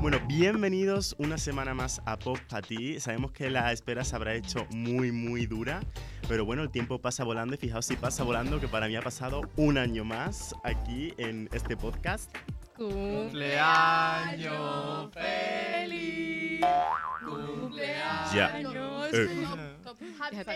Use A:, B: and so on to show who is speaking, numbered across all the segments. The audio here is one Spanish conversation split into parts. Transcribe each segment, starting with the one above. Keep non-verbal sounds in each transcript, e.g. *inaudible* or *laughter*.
A: Bueno, bienvenidos una semana más a Pop a ti. Sabemos que la espera se habrá hecho muy, muy dura, pero bueno, el tiempo pasa volando y fijaos si pasa volando, que para mí ha pasado un año más aquí en este podcast.
B: Cumpleaños feliz. Cumpleaños.
A: Ya. Eh.
C: Se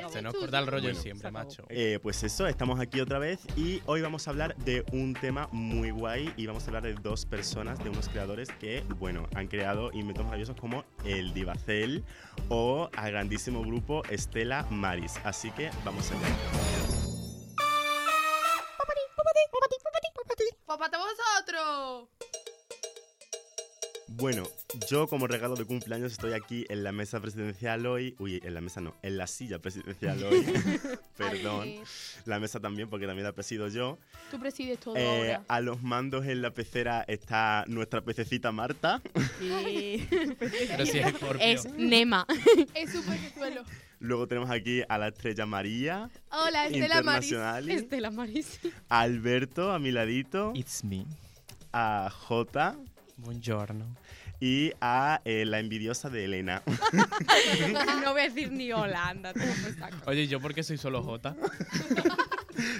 D: Se
C: nos corta el rollo
A: Bueno.
C: siempre, macho.
A: Eh, pues eso, estamos aquí otra vez y hoy vamos a hablar de un tema muy guay y vamos a hablar de dos personas, de unos creadores que, bueno, han creado inventos maravillosos como el Divacel o al grandísimo grupo Estela Maris. Así que vamos allá.
D: ¡Papate vosotros!
A: Bueno, yo como regalo de cumpleaños estoy aquí en la mesa presidencial hoy. Uy, en la mesa no, en la silla presidencial hoy.
D: *laughs*
A: *laughs* Perdón.
D: Ay,
A: La mesa también, porque también la presido yo.
D: tú presides todo
A: Eh,
D: ahora.
A: a los mandos en la pecera está nuestra pececita Marta.
C: Pero si es
E: *laughs*
C: Scorpio.
E: es Nema. *laughs*
D: Es su pequeñuelo.
A: Luego tenemos aquí a la estrella María,
D: Hola, Estela Maris. Este.
A: internacional.
E: Estela Maris.
A: A Alberto a mi ladito,
C: It's me.
A: a Jota
C: Buongiorno.
A: y a eh, la envidiosa de Elena.
E: *laughs*
A: *laughs*
E: no voy a decir ni hola, anda, tú pues, por saco.
C: Oye, ¿y yo por qué soy solo
E: *laughs*
C: J?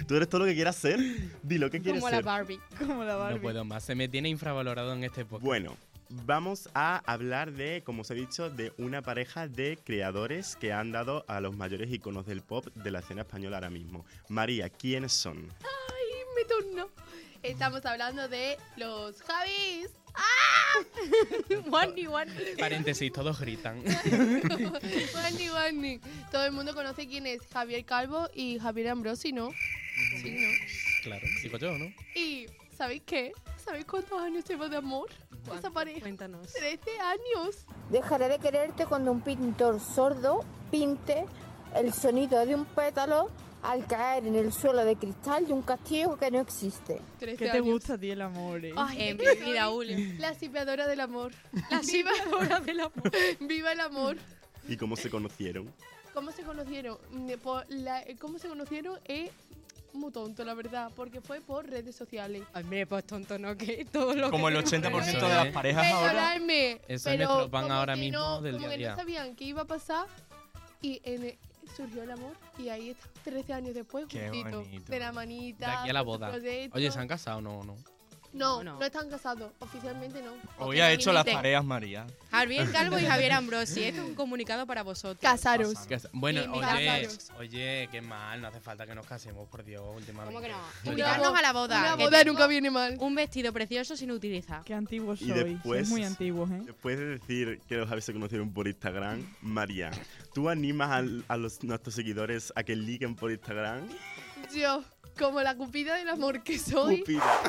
A: Tú eres todo lo que quieras ser. Di lo que quieres
E: Como la
A: ser.
E: Barbie. Como la
C: No
E: Barbie.
C: puedo más. Se me tiene infravalorado en este podcast.
A: Bueno, vamos a hablar de, como os he dicho, de una pareja de creadores que han dado a los mayores iconos del pop de la escena española ahora mismo. María, ¿quiénes son?
D: Mi turno. Estamos hablando de los Javis.
E: *laughs* Wani, Wani.
C: Paréntesis, todos
E: *laughs*
C: gritan.
D: Wani, Wani. Todo el mundo conoce quién es Javier Calvo y Javier Ambrosi, ¿no? Sí, ¿no?
C: claro, digo yo, ¿no?
D: Y, ¿sabéis qué? ¿Sabéis cuántos años lleva de amor? Esa pareja.
E: Cuéntanos.
D: 13 años.
F: Dejaré de quererte cuando un pintor sordo pinte el sonido de un pétalo al caer en el suelo de cristal de un castillo que no existe.
D: 13
G: ¿Qué te
D: años.
G: gusta a ti el amor? eh?
D: Ay, *laughs*
E: Eh,
D: es que
E: mi
D: soy
E: Raúl.
D: La simpiadora del
E: *laughs*
D: amor.
E: La silbadora del amor.
D: Viva el amor.
A: ¿Y cómo se conocieron?
D: ¿Cómo se conocieron? Mm, por la- ¿Cómo se conocieron? Es muy tonto, la verdad, porque fue por redes sociales.
E: Hombre, pues tonto, ¿no? Que todo lo
H: Como el
E: que...
H: 80%
D: Eso
H: de las
C: es.
H: parejas ahora.
D: Perdonadme,
C: Eso es
D: pero
C: nuestro pan
D: como
C: ahora
D: que
C: mismo
D: no-
C: del
D: como
C: día a
D: que
C: día.
D: no sabían qué iba a pasar y en el- surgió el amor y ahí está, 13 años después,
H: Qué
D: juntito,
H: bonito.
D: de la
C: De
D: manita.
C: aquí a la
D: con
C: boda.
D: sus proyectos.
C: Oye, ¿se han casado? No, no.
D: No,
E: No, no.
D: no están casados, oficialmente no.
H: Hoy
E: que
H: ha
E: nos
H: hecho las
E: imiten.
H: tareas María.
E: Javier Calvo y Javier Ambrosi. Esto es
H: *laughs*
E: un comunicado para vosotros.
D: Casaros.
C: Cas- Bueno,
E: Sí, me
C: oye,
D: casaron.
C: oye, qué mal. No hace falta que nos casemos, por Dios, últimamente.
E: ¿Cómo que no?
C: Yo
E: Invitarnos a la boda.
D: Una
E: que
D: boda
E: tengo
D: nunca viene mal.
E: Un vestido precioso sin utilizar.
G: Qué antiguos
A: Y
G: sois.
A: después-
G: Sois muy antiguos, ¿eh?
A: Después de decir que los Javis se conocieron por Instagram, María, ¿tú animas al- a, los, nuestros seguidores a que liguen por Instagram?
D: Yo, como la cupida del amor que soy,
A: Cupida.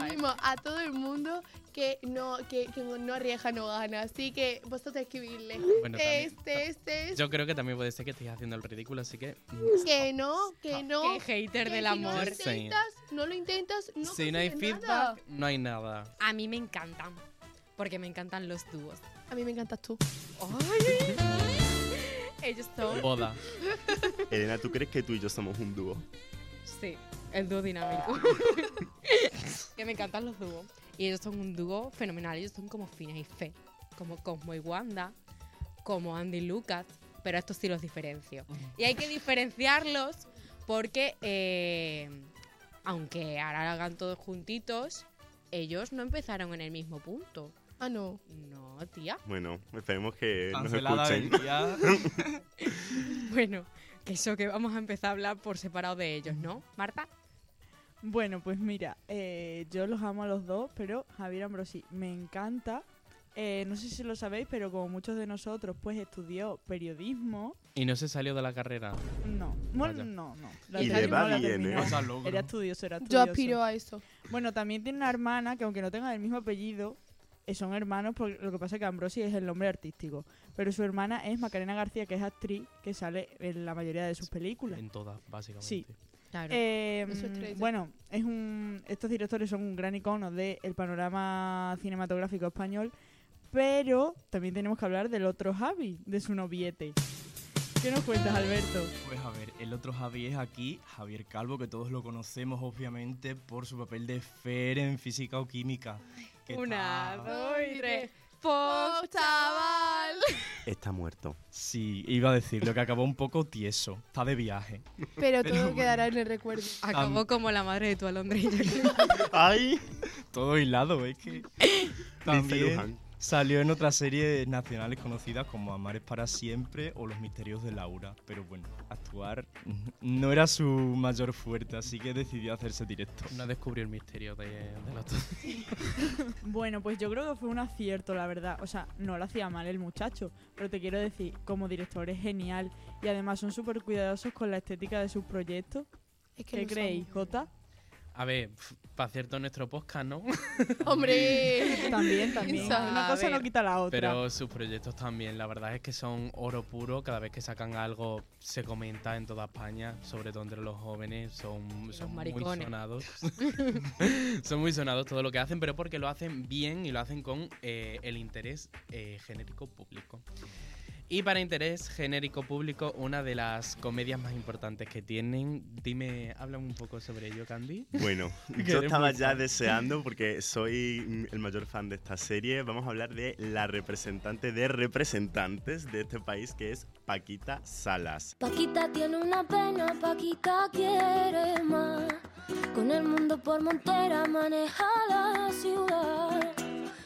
D: animo a todo el mundo que no, que, que no arriesga, no gana. Así que vosotros escribirle.
C: Bueno, también-
D: este, este, este.
C: Yo creo que también puede ser que estéis haciendo el ridículo, así que.
D: Que no, Ah, que no.
E: Qué hater
D: que
E: del
D: si
E: amor.
D: No lo intentas, no lo intentas, no
C: si no hay
D: consigues
C: feedback,
D: nada.
C: no hay nada.
E: A mí me encantan. Porque me encantan los dúos.
D: A mí me encantas tú.
E: Ellos son...
C: Boda.
A: Elena, ¿tú crees que tú y yo somos un dúo?
E: Sí, el dúo dinámico. *laughs* que me encantan los dúos. Y ellos son un dúo fenomenal. Ellos son como Fina y Fe, como Cosmo y Wanda, como Andy y Lucas. Pero estos sí los diferencio. Y hay que diferenciarlos porque, eh, aunque ahora lo hagan todos juntitos, ellos no empezaron en el mismo punto.
D: Ah, no.
E: No, tía. *laughs*
A: Bueno, esperemos que
H: Cancelada
A: nos
H: del
A: escuchen. *laughs*
H: día.
E: Bueno, que eso que vamos a empezar a hablar por separado de ellos, ¿no? Marta.
G: Bueno, pues mira, eh, yo los amo a los dos, pero Javier Ambrosi me encanta. Eh, no sé si lo sabéis, pero como muchos de nosotros, pues estudió periodismo.
C: Y no se salió de la carrera.
G: No, bueno,
C: Vaya.
G: no, no.
A: Y
G: carrera
A: le va
G: no la
A: bien,
G: terminó.
A: ¿eh?
H: O sea, logro.
G: Era estudioso, era
D: Yo
G: estudioso.
D: aspiro a eso.
G: Bueno, también tiene una hermana que aunque no tengan el mismo apellido, eh, son hermanos, porque lo que pasa es que Ambrosi es el nombre artístico. Pero su hermana es Macarena García, que es actriz que sale en la mayoría de sus películas.
C: En todas, básicamente.
G: Sí.
E: Claro.
G: Eh,
D: Eso es traición.
G: bueno, es un, estos directores son un gran icono del panorama cinematográfico español, pero también tenemos que hablar del otro Javi, de su noviete. ¿Qué nos cuentas, Alberto?
H: Pues a ver, el otro Javi es aquí, Javier Calvo, que todos lo conocemos obviamente por su papel de Fer en física o química. que
E: Una,
H: está-
E: dos y tres.
D: ¡Oh,
E: Fox.
D: chaval!
A: Está muerto.
H: Sí, iba a decir lo que acabó un poco tieso. Está de viaje.
D: Pero todo
H: bueno.
D: quedará en el recuerdo.
E: Acabó como la madre de tu *laughs* alondrilla.
A: ¡Ay!
H: Todo hilado, es que. También
A: Luján.
H: salió en otras series nacionales conocidas como Amares para siempre o Los misterios de Laura. Pero bueno, actuar no era su mayor fuerte, así que decidió hacerse directo.
C: No descubrió el misterio de, de los
G: Bueno, pues yo creo que fue un acierto, la verdad. O sea, no lo hacía mal el muchacho, pero te quiero decir, como director es genial y además son súper cuidadosos con la estética de sus proyectos.
D: Es que
G: ¿Qué
D: no
G: creéis,
D: somos-
G: Jota?
C: A ver, para hacer todo nuestro podcast, ¿no?
D: *laughs* *laughs* ¡Hombre!
G: También, también.
D: sabe?
G: Una cosa no quita la otra.
C: Pero sus proyectos también, la verdad es que son oro puro. Cada vez que sacan algo se comenta en toda España, sobre todo entre los jóvenes. Son,
E: Los
C: son muy
E: maricones. *laughs*
C: sonados. *laughs* son muy sonados todo lo que hacen, pero porque lo hacen bien y lo hacen con eh, el interés eh, genérico público. Y para interés genérico público, una de las comedias más importantes que tienen. Dime, háblame un poco sobre ello, Candy.
A: Bueno,
C: Que
A: yo
C: eres
A: estaba
C: muy
A: ya
C: fan.
A: deseando, porque soy mm, el mayor fan de esta serie, vamos a hablar de la representante de representantes de este país, que es Paquita Salas.
I: Paquita tiene una pena, Paquita quiere más. Con el mundo por montera maneja la ciudad.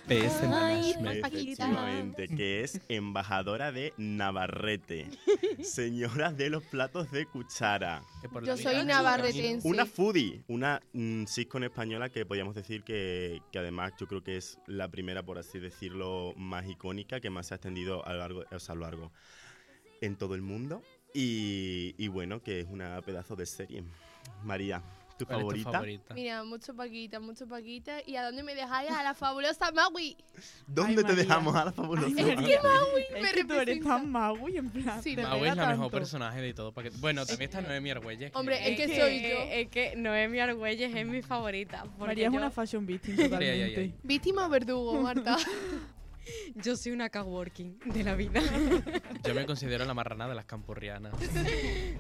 H: PS
I: Ay,
H: Management.
D: Paquita.
A: Efectivamente, que es embajadora de Navarrete, señora de los platos de cuchara,
C: Que por la
D: Yo
C: vida
D: soy
C: es
D: navarretense.
A: una foodie, una mm, sitcom española que podríamos decir que, que además yo creo que es la primera, por así decirlo, más icónica, que más se ha extendido a lo largo, o sea, a lo largo en todo el mundo. Y, y bueno, que es una pedazo de serie. María, ¿tu
C: ¿Cuál es tu
A: favorita?
C: favorita?
D: Mira, mucho Paquita, mucho Paquita. ¿Y a dónde me dejáis? A la fabulosa Maui.
A: ¿Dónde
G: Ay,
A: te
G: María.
A: dejamos a la fabulosa?
G: Ay,
A: María?
G: María.
D: me
G: Es que tú eres
D: representa.
G: tan magui, en plan.
D: Sí,
G: te
C: Mau es
G: pega
C: la Ah, mejor
G: tanto.
C: persona de todo. Paquete. Bueno, también está Noemi Argüelles. que-
D: Hombre, es que
E: Es
D: soy yo.
E: Es que Noemi Argüelles es mi favorita. porque
G: María es
E: yo-
G: una fashion victim
C: ay, ay.
G: totalmente.
D: Víctima o verdugo, Marta.
E: Yo soy una coworking de la *laughs* vida.
C: Yo me considero la marrana de las campurrianas.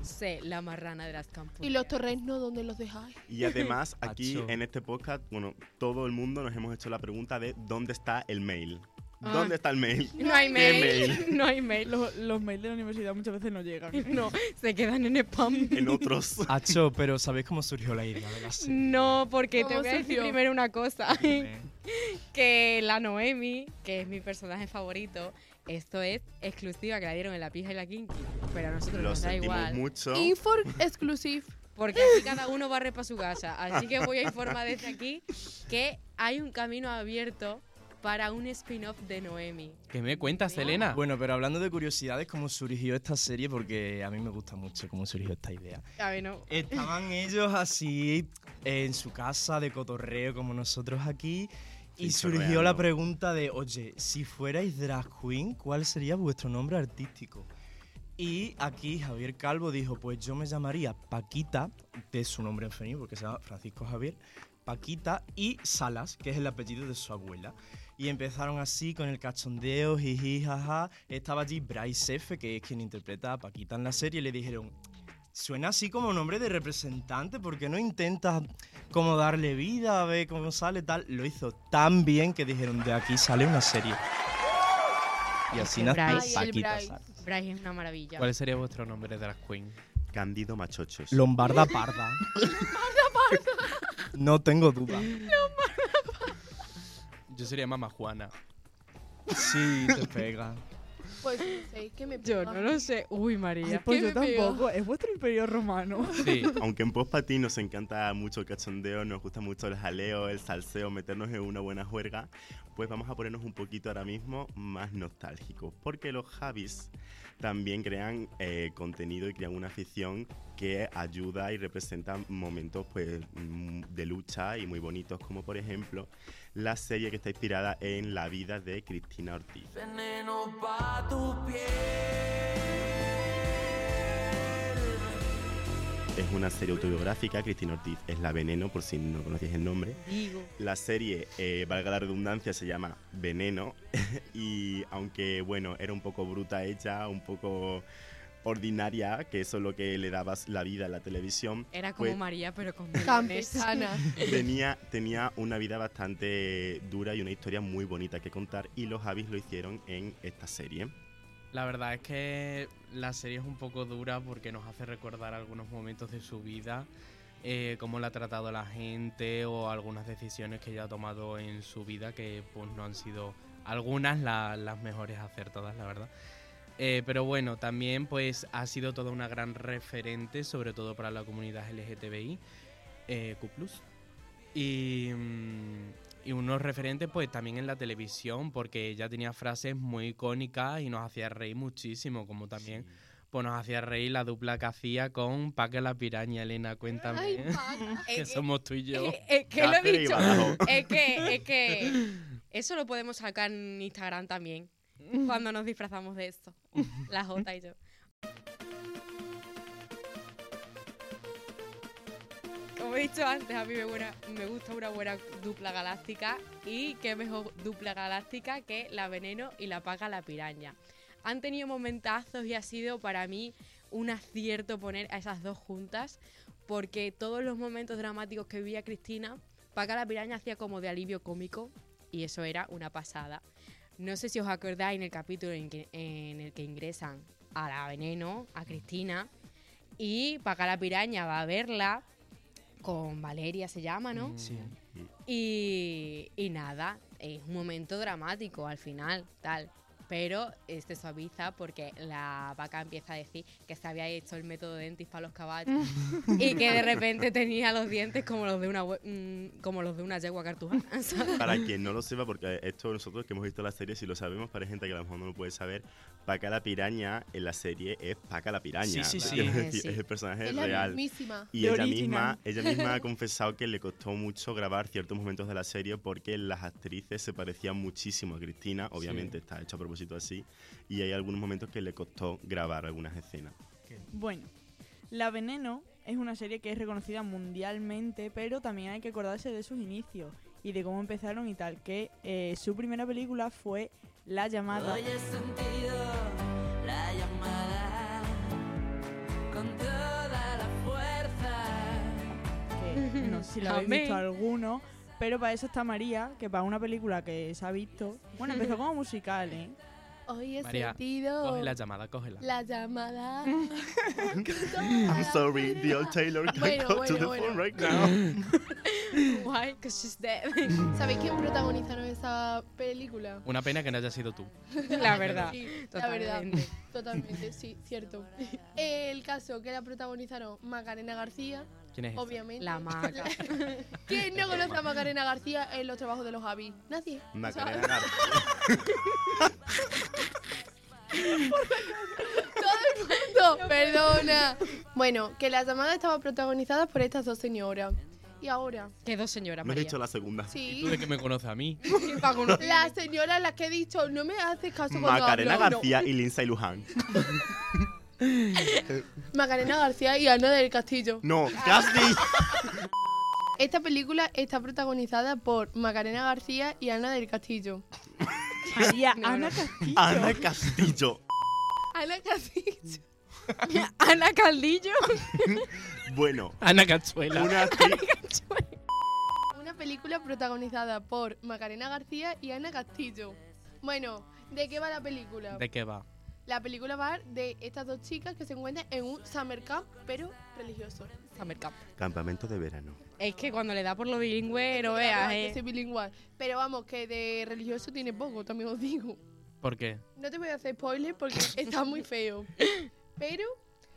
E: sé la marrana de las campus.
D: *laughs* ¿Y los torrenos dónde los dejáis?
A: Y además, aquí
H: Acho.
A: en este podcast, bueno, todo el mundo nos hemos hecho la pregunta de ¿dónde está el mail?
E: Ah.
A: ¿Dónde está el mail?
E: No hay mail. *laughs* No hay mail.
G: Eh, Los, los mails de la universidad muchas veces no llegan.
E: No, se quedan en spam.
A: En otros.
H: Acho, pero ¿sabéis cómo surgió la idea de la serie?
E: No, porque te
D: ¿Cómo
E: voy a decir
D: surgió?
E: primero una cosa.
H: Dime.
E: *laughs* que la Noemi, que es mi personaje favorito, esto es exclusiva que la dieron en la pija y la kinky. Pero a nosotros
A: Lo
E: nos da
A: sentimos
E: igual.
A: mucho.
D: Info exclusive.
E: Porque aquí cada uno barre para su casa. Así que voy a informar desde aquí que hay un camino abierto para un spin-off de Noemi.
C: ¿Qué me cuentas, Elena?
H: Bueno, pero hablando de curiosidades, cómo surgió esta serie, porque a mí me gusta mucho cómo surgió esta idea.
E: A ver, no.
H: Estaban ellos así eh, en su casa de cotorreo como nosotros aquí y
A: Chinchorreando.
H: surgió la pregunta de, oye, si fuerais drag queen, ¿cuál sería vuestro nombre artístico? Y aquí Javier Calvo dijo, pues yo me llamaría Paquita, de su nombre en femenino, porque se llama Francisco Javier, Paquita y Salas, que es el apellido de su abuela. Y empezaron así con el cachondeo, jiji, jaja. Estaba allí Bryce F., que es quien interpreta a Paquita en la serie, y le dijeron, suena así como nombre de representante, ¿por qué no intentas como darle vida, a ver cómo sale tal? Lo hizo tan bien que dijeron, de aquí sale una serie. Y así
E: que
H: nació
D: Bryce- Ay, el
H: Paquita
D: Bryce.
H: Salas.
E: Bryce es una maravilla.
C: ¿Cuál sería vuestro nombre de las queen?
A: Cándido Machochos.
D: *laughs*
H: Lombarda parda. No tengo duda.
C: Yo sería Mama Juana.
H: Sí, te pega.
D: Pues no sé, ¿qué me
E: Yo
D: pega?
E: no lo sé. Uy,
G: Ay,
E: María.
G: pues
D: ¿Qué
G: yo
D: me pega?
G: tampoco. Es vuestro imperio romano.
C: Sí.
A: Aunque en post ti nos encanta mucho el cachondeo, nos gusta mucho el jaleo, el salseo, meternos en una buena juerga, pues vamos a ponernos un poquito ahora mismo más nostálgicos, porque los Javis también crean eh, contenido y crean una afición que ayuda y representa momentos pues, mm, de lucha y muy bonitos, como por ejemplo la serie que está inspirada en la vida de Cristina Ortiz.
B: Veneno pa' tu
A: Es una serie autobiográfica, Cristina Ortiz es la veneno, por si no conocéis el nombre.
E: Digo.
A: La serie, eh, valga la redundancia, se llama *laughs* Veneno y aunque bueno, era un poco bruta ella, un poco ordinaria, que eso es lo que le daba la vida a la televisión,
E: *laughs* Era como
A: Pues-
E: María, pero con melones.
D: Campesana.
A: tenía, tenía una vida bastante dura y una historia muy bonita que contar y los Javis lo hicieron en esta serie.
C: La verdad es que la serie es un poco dura porque nos hace recordar algunos momentos de su vida, eh, cómo la ha tratado la gente o algunas decisiones que ella ha tomado en su vida que pues no han sido algunas la- las mejores acertadas, la verdad. Eh, pero bueno, también pues ha sido toda una gran referente, sobre todo para la comunidad LGTBI, eh, Q+. Y, mm, y unos referentes pues también en la televisión, porque ella tenía frases muy icónicas y nos hacía reír muchísimo, como también pues nos hacía reír la dupla que hacía con Paca la Piraña, Elena, cuéntame,
D: Ay, pana.
E: *laughs* Eh,
C: que
E: eh,
C: somos tú y yo.
E: eh, Es que lo he
A: Cáceres y
E: dicho. *laughs*
A: Badajoz.
E: Es que, es que eso lo podemos sacar en Instagram también. Cuando nos disfrazamos de esto. La Jota y yo. Como he dicho antes, a mí me, buena- me gusta una buena dupla galáctica y qué mejor dupla galáctica que la veneno y la paga la piraña. Han tenido momentazos y ha sido para mí un acierto poner a esas dos juntas porque todos los momentos dramáticos que vivía Cristina, Paca la piraña hacía como de alivio cómico y eso era una pasada. No sé si os acordáis en el capítulo en, que- en el que ingresan a la veneno, a Cristina, y Paca la piraña va a verla con Valeria, se llama, ¿no?
C: Sí.
E: Y, y nada, es un momento dramático al final, tal. Pero este suaviza porque la vaca empieza a decir que se había hecho el método dentis para los caballos y que de repente tenía los dientes como los de una hue- mm, como los de una yegua cartujana. *laughs* ¿sabes?
A: Para quien no lo sepa, porque esto nosotros que hemos visto la serie, si lo sabemos, para gente que a lo mejor no lo puede saber, Paca la Piraña en la serie es Paca la Piraña.
C: Sí, sí, sí.
A: Quiero *laughs* decir,
E: Sí.
A: Es el personaje
D: Es la
A: real.
D: mismísima.
A: Y
G: The
A: ella
G: original.
A: misma, ella misma ha confesado que le costó mucho grabar ciertos momentos de la serie porque las actrices se parecían muchísimo a Cristina, obviamente está hecho a propósito así, y hay algunos momentos que le costó grabar algunas escenas.
G: Bueno, La Veneno es una serie que es reconocida mundialmente, pero también hay que acordarse de sus inicios y de cómo empezaron y tal, que eh, su primera película fue La llamada.
B: Hoy he sentido la llamada con toda la fuerza.
G: que *laughs* no sé si la habéis
E: Amén.
G: visto alguno, pero para eso está María, que para una película que se ha visto, bueno, empezó como musical, ¿eh?
D: Hoy he
C: María,
D: sentido
C: Coge la llamada, cógela.
D: la llamada.
A: *laughs* I'm sorry, the old Taylor can
D: Ah, Bueno,
A: go
D: bueno,
A: to the
D: bueno.
A: phone right
D: *laughs*
A: now.
E: Why? 'Cause she's dead.
D: ¿Sabéis quién protagonizaron esa película?
C: Una pena que no haya sido tú.
E: *laughs* la verdad.
D: Sí, la verdad.
E: Totalmente.
D: Totalmente, sí,
E: *laughs*
D: cierto. El caso que la protagonizaron Macarena García,
C: ¿Quién es? esa?
D: obviamente. *laughs*
E: La *laughs* maca.
D: ¿Quién
E: *laughs*
D: no conoce a Macarena García en los trabajos de los Javi? Nadie. O sea,
A: Macarena García.
D: todo el mundo. Perdona. Bueno, que la llamada estaba protagonizada por estas dos señoras. Y ahora,
E: Quedó señora
A: No he
E: María.
A: dicho la segunda.
D: sí.
C: ¿Tú de que me conoces a mí?
D: La señora la que he dicho, no me haces caso cuando
A: Macarena
D: hablo, no.
A: García y Lindsay Luján.
D: Macarena García y Ana del Castillo.
A: No, casi.
D: Esta película está protagonizada por Macarena García y Ana del Castillo.
G: María
E: No,
G: Ana
E: no.
G: Castillo.
A: Ana Castillo.
D: Ana Castillo.
E: *laughs* Ana Caldillo.
A: Bueno,
C: Ana Cachuela.
A: una actriz
D: *laughs* Una película protagonizada por Macarena García y Ana Castillo. Bueno, ¿de qué va la película?
C: ¿De qué va?
D: La película va de estas dos chicas que se encuentran en un summer camp, pero religioso.
E: Summer Camp.
A: Campamento de verano.
E: Es que cuando le da por lo bilingüe, no veas,
D: Hay que
E: eh.
D: ser bilingüe. Pero vamos, que de religioso tiene poco, también os digo.
C: ¿Por qué?
D: No te voy a hacer spoiler porque está muy feo. Pero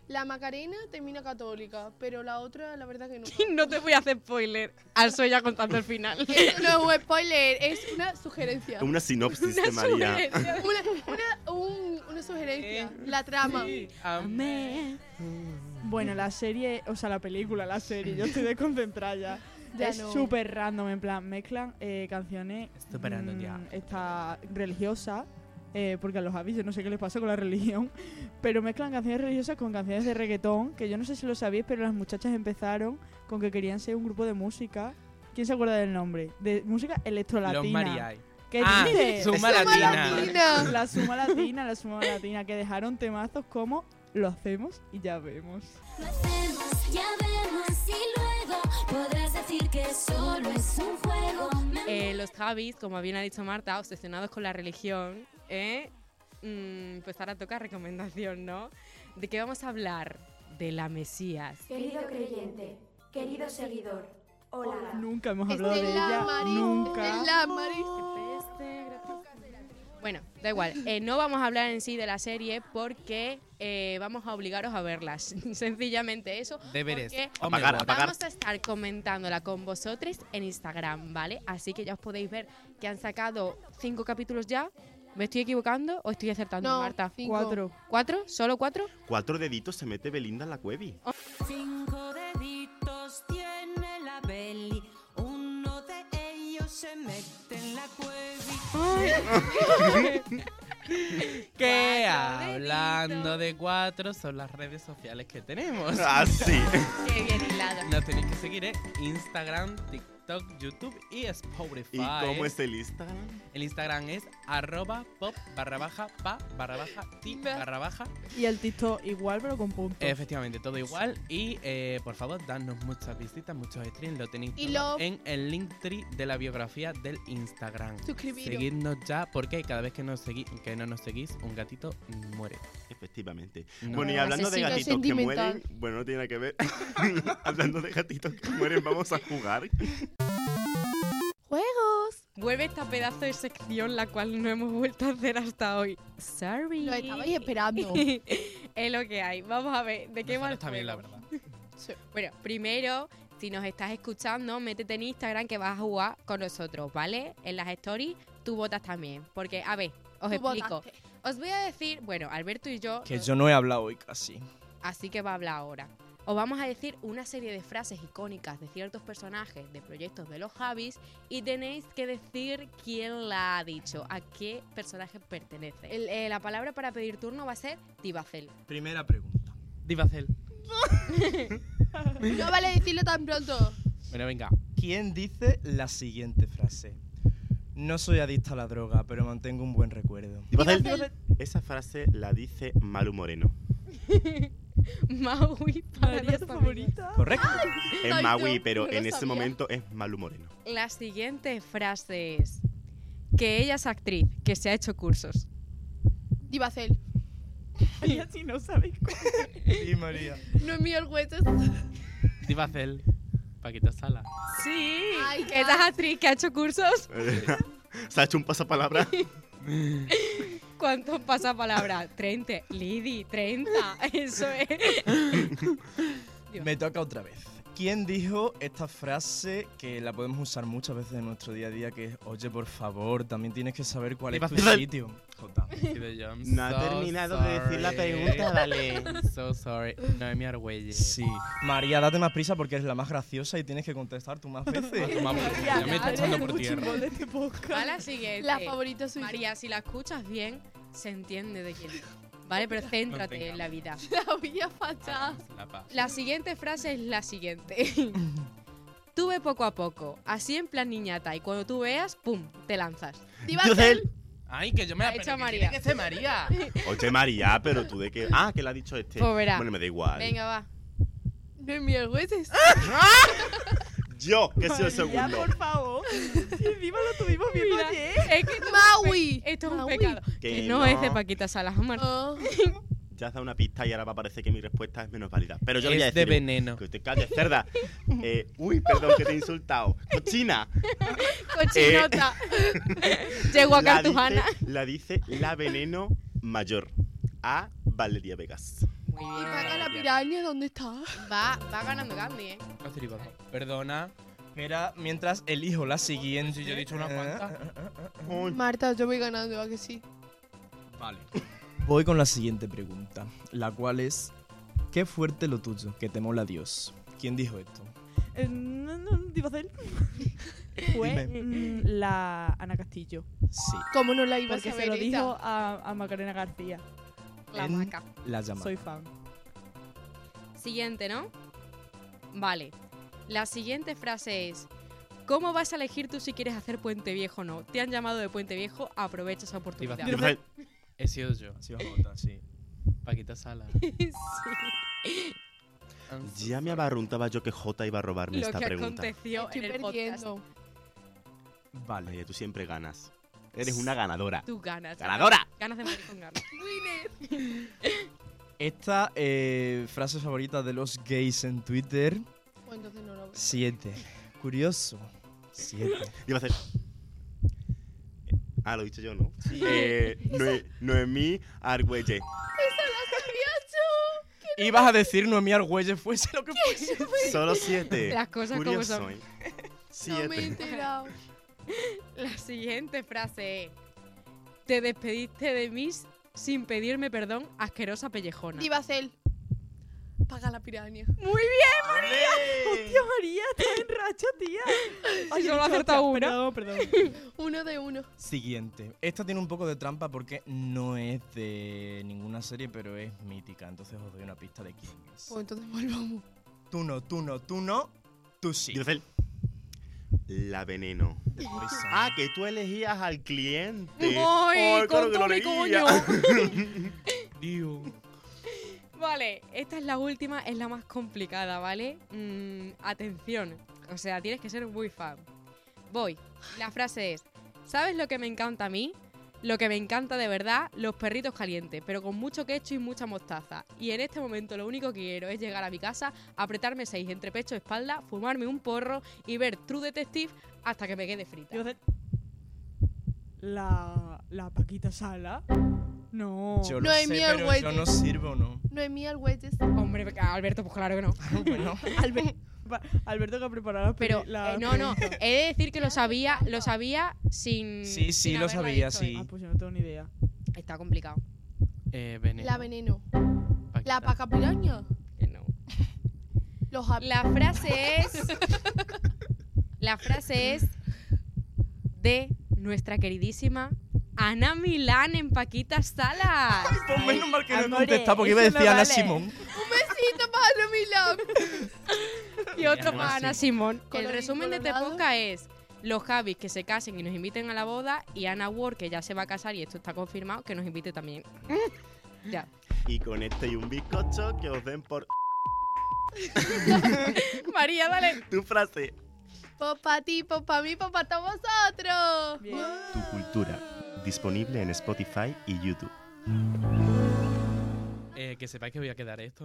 D: la Macarena termina católica, pero la otra, la verdad que no.
E: *laughs* No te voy a hacer spoiler. Al soy ya contando el final. *laughs*
D: Eso no es un spoiler, es una sugerencia.
A: Una sinopsis de María.
D: *laughs* Una, una- un- una sugerencia. La trama.
G: Bueno, la serie, o sea, la película, la serie, yo estoy desconcentrada ya.
D: *laughs* Ya
G: es
D: no.
G: súper random, en plan, mezclan eh, canciones
C: Súper random, ya.
G: Está religiosa, eh, porque a los avis yo no sé qué les pasa con la religión, *laughs* pero mezclan canciones religiosas con canciones de reggaetón, que yo no sé si lo sabéis, pero las muchachas empezaron con que querían ser un grupo de música. ¿Quién se acuerda del nombre? De música electrolatina.
C: Los Mariay.
G: ¿Qué
C: Ah,
G: dices?
C: Suma Suma Latina.
D: Latina.
G: La suma latina, la suma latina, que dejaron temazos como lo hacemos y ya vemos.
I: Lo hacemos, ya vemos y luego podrás decir que solo es un juego.
E: Eh, los Javis, como bien ha dicho Marta, obsesionados con la religión, ¿eh? Mm, pues ahora toca recomendación, ¿no? ¿De qué vamos a hablar? De la Mesías.
J: Querido creyente, querido seguidor, hola.
G: Nunca hemos hablado de
D: Estela
G: ella.
D: Maris,
G: Nunca.
D: Estela Maris.
E: Bueno, da igual. Eh, no vamos a hablar en sí de la serie porque eh, vamos a obligaros a verlas. *laughs* Sencillamente eso.
C: Deberes.
E: porque
C: Hombre,
A: Apagar,
C: guapa.
A: apagar.
E: Vamos a estar comentándola con vosotros en Instagram, ¿vale? Así que ya os podéis ver que han sacado cinco capítulos ya. ¿Me estoy equivocando o estoy acertando,
D: No,
E: Marta?
D: cinco.
G: Cuatro.
E: ¿Cuatro? ¿Solo cuatro?
A: Cuatro deditos se mete Belinda en la cuevi.
B: Cinco deditos tiene la belly, uno de ellos se mete en la cuevi.
C: Que
E: Cuatro
C: hablando
E: deditos.
C: de cuatro son las redes sociales
A: *laughs*
C: que tenemos.
A: Así.
E: Qué bien hilado.
C: Nos tenéis que seguir en Instagram, TikTok, YouTube y Spotify.
A: ¿Y cómo es el Instagram?
C: El Instagram es arroba pop barra baja pa barra baja ti barra baja.
G: Y el TikTok igual, pero con puntos.
C: Efectivamente, todo igual. Y eh, por favor, dadnos muchas visitas, muchos streams. Lo tenéis
D: Y
C: todo
D: lo-
C: en el linktree de la biografía del Instagram.
D: Suscribiros.
C: Seguidnos ya porque cada vez que, nos segui- que no nos seguís, un gatito muere.
A: Efectivamente.
C: No.
A: Bueno, y hablando de
D: Asesino
A: gatitos que
D: sentimental.
A: mueren, bueno, no tiene nada que ver. *laughs* hablando de gatitos que mueren, vamos a jugar.
D: Juegos.
E: Vuelve esta pedazo de sección la cual no hemos vuelto a hacer hasta hoy. Sorry.
D: Lo estabais esperando.
E: es lo que hay. Vamos a ver, ¿de qué
C: Nosotros
E: va el
C: también, la
E: juego?
C: verdad.
E: Bueno, primero, si nos estás escuchando, métete en Instagram que vas a jugar con nosotros, ¿vale? En las stories tú votas también. Porque, a ver, os
D: Tú
E: explico.
D: votaste.
E: Os voy a decir, bueno, Alberto y yo,
H: Que
E: no-
H: yo no he hablado hoy casi.
E: así que va a hablar ahora. Os vamos a decir una serie de frases icónicas de ciertos personajes de proyectos de los Javis y tenéis que decir quién la ha dicho, a qué personaje pertenece. El- eh, la palabra para pedir turno va a ser Tibacel. *laughs*
H: Primera pregunta.
C: Divacel.
D: No vale decirlo tan pronto.
C: Bueno, venga.
H: ¿Quién dice la siguiente frase? No soy adicta a la droga, pero mantengo un buen recuerdo.
A: Digo,
D: Digo,
A: Cel,
D: Cel.
A: Esa frase la dice Malu Moreno.
E: Maui para
G: María
E: los amigos.
G: favorita.
H: ¿Correcto?
A: Es
D: Ay,
A: Maui,
D: no,
A: pero
D: no
A: en
D: lo
A: ese
D: sabía.
A: momento es Malu Moreno. *laughs*
E: La siguiente frase es que ella es actriz, que se ha hecho cursos.
D: Divacel.
G: Y así no sabéis cómo.
H: Sí, María.
D: No es mío el hueso.
C: Divacel. Paquita Sala.
E: Sí.
D: Ay,
E: que ella es actriz, que ha hecho cursos.
A: Se ha hecho un pasapalabra.
E: ¿Cuántos pasapalabras? 30. Lidi, 30. *laughs* Eso es. Dios.
H: Me toca otra vez. ¿Quién dijo esta frase que la podemos usar muchas veces en nuestro día a día? Que es, oye, por favor, también tienes que saber cuál es tu
A: Diva-
H: sitio. Jota.
C: No *laughs*
A: vale.
C: So sorry. Noemi Argüelles.
H: Sí. María, date más prisa porque eres la más graciosa y tienes que contestar tú más
C: Ah,
H: veces.
C: tu mamá, ya me está echando por tierra.
G: de este podcast.
E: A la siguiente.
D: La favorita soy yo.
E: eh, María, si la escuchas bien, se entiende de quién. es. Vale, pero céntrate en la vida.
D: *laughs* La Villa Fachada.
C: La paz.
E: La siguiente frase es la siguiente. *laughs* Tuve poco a poco, así en plan niñata, y cuando tú veas, ¡pum!, te lanzas.
D: Divacel.
C: Ay, que yo me
E: Ha
C: la pero
E: hecho
C: que
E: María.
C: tiene que ser María.
A: Oye, María, pero tú de qué. Ah, que la ha dicho este.
E: Pues verá.
A: Bueno, me da igual.
E: Venga, va.
D: No es mío el hueso.
C: Ah.
A: Yo, que soy el
G: Ya,
A: segundo.
G: por favor. Si encima lo tuvimos viendo
E: Mira.
G: ayer.
E: Es que esto es un
D: Maui.
E: pe- Esto es un
D: Maui.
E: pecado.
A: Que
E: Que no,
A: no.
E: es de Paquita Salas Amar.
C: Ah,
D: Oh.
A: Ya has dado una pista y ahora va a parecer que mi respuesta es menos válida. Pero yo le voy a
C: Es de
A: decir.
C: veneno.
A: Que te calles,
E: *laughs*
A: cerda. Eh, uy, perdón, que te he insultado. Cochina.
E: *laughs* *laughs* Cochinota. Llegó a
A: La
E: Cartujana.
A: dice, la dice la veneno mayor. A Valeria Vegas.
E: Muy
D: Y
E: bien.
D: Paca la piraña, ¿dónde está?
E: Va, va ganando Gandhi, ¿eh?
C: *laughs* Perdona.
H: Espera, mientras elijo la siguiente. ¿eh?
C: Si yo he dicho unas cuantas.
D: Marta, yo voy ganando, ¿a que sí?
H: Vale. Voy con la siguiente pregunta, la cual es, ¿qué fuerte lo tuyo, que te mola Dios? ¿Quién dijo esto?
G: Eh, no, no, Divacel. Fue mm, la Ana Castillo.
H: Sí,
D: ¿Cómo no la iba
G: Porque
D: a
G: se
D: saber
G: lo
D: ella?
G: dijo a, a Macarena García.
E: La
H: En-
E: vaca.
H: la llamada.
G: Soy fan.
E: Siguiente, ¿no? Vale. La siguiente frase es: ¿Cómo vas a elegir tú si quieres hacer Puente Viejo o no? Te han llamado de Puente Viejo, aprovecha esa oportunidad.
C: Iba a
A: Rafael,
C: He sido yo.
H: Sí, Jota, sí.
C: Paquita Sala.
E: Sí.
A: Ya me abarruntaba yo que J iba a robarme
E: Lo
A: esta
E: que
A: pregunta.
E: aconteció
D: Estoy
E: en el podcast.
D: perdiendo.
A: Vale, tú siempre ganas. Eres una ganadora.
E: Tú ganas.
A: ¡Ganadora!
E: Ganas de morir con ganas.
H: Esta eh, frase favorita de los gays en Twitter.
D: Pues entonces no lo veo.
H: Siete. Curioso. Siete.
G: *laughs*
A: Iba a hacer. Ah, lo he dicho yo, ¿no?
E: *laughs*
A: Eh, Noe- Noemí Argüelle.
D: ¡Eso lo sabía
H: Ibas a decir Noemí Argüelles fuese lo que fuese.
A: Solo siete.
E: Las cosas como
A: Curioso,
E: son. *laughs*
A: ¿eh?
D: yo! No me he
A: Siete.
D: enterado.
E: La siguiente frase es: Te despediste de mí sin pedirme perdón, asquerosa pellejona.
D: Divacel. Paga la piraña.
E: Muy
A: ¡Olé!
G: Tío María, estás en racha, tía.
E: Ay,
G: yo
E: solo ha acertado una.
G: Perdón, perdón.
D: Uno de uno.
H: Siguiente. Esta tiene un poco de trampa porque no es de ninguna serie, pero es mítica. Entonces os doy una pista de quién es.
D: Pues entonces volvamos.
H: Tú no, tú no, tú no, tú sí.
A: Dircel. La veneno.
H: The Poison.
A: Ah, que tú elegías al cliente.
E: ¡Ay,
A: Ay, claro que
E: corto
A: lo
E: mi
A: leía.
C: Dios.
E: Vale, esta es la última, es la más complicada, ¿vale? Mm, atención, o sea, tienes que ser muy fan. Voy, la frase es, ¿sabes lo que me encanta a mí? Lo que me encanta de verdad, los perritos calientes, pero con mucho quecho y mucha mostaza. Y en este momento lo único que quiero es llegar a mi casa, apretarme seis entre pecho y espalda, fumarme un porro y ver True Detective hasta que me quede frita.
G: Iba a hacer- La, la Paquita Sala. No.
H: Yo
D: No
H: lo
D: hay
H: sé,
D: mi
H: pero yo
D: Argüelles.
H: no sirvo, ¿no?
D: Noemí Alhuetes.
E: Hombre, Alberto, pues claro que no.
H: *laughs* bueno.
G: Albe- Va- Alberto que ha preparado la
E: Pero
G: pre- la
E: eh, no, no,
G: pregunta.
E: he de decir que lo sabía, lo sabía sin.
H: Sí, sí,
E: sin
H: lo
E: haberla
H: sabía,
E: visto, ¿eh?
G: Ah, pues yo no tengo ni idea.
E: Está complicado.
C: Eh, veneno.
D: La veneno.
C: Paquita.
D: La paca piraña.
E: Que no.
D: Los ap-
E: La frase es. *laughs* la frase es de nuestra queridísima Ana Milán en Paquita Salas. Ah,
H: Pues menos mal que no he
G: amores,
H: contestado porque iba a
G: eso no
H: decir Ana
G: vale.
H: Simón.
D: Un besito para Milán.
E: y otro
C: Ana
E: para Ana Simón. El
D: Colorín
E: resumen de este
D: colorado.
E: podcast es. Los Javis que se casen y nos inviten a la boda y Ana Ward que ya se va a casar y esto está confirmado que nos invite también. ya.
A: *laughs* Y con este y un bizcocho que os den por
E: María, dale.
A: tu frase.
D: Popa ti, popa mí, popa todos vosotros.
G: Bien.
A: Tu cultura. Disponible en Spotify y YouTube.
C: Eh, que sepáis que voy a quedar esto.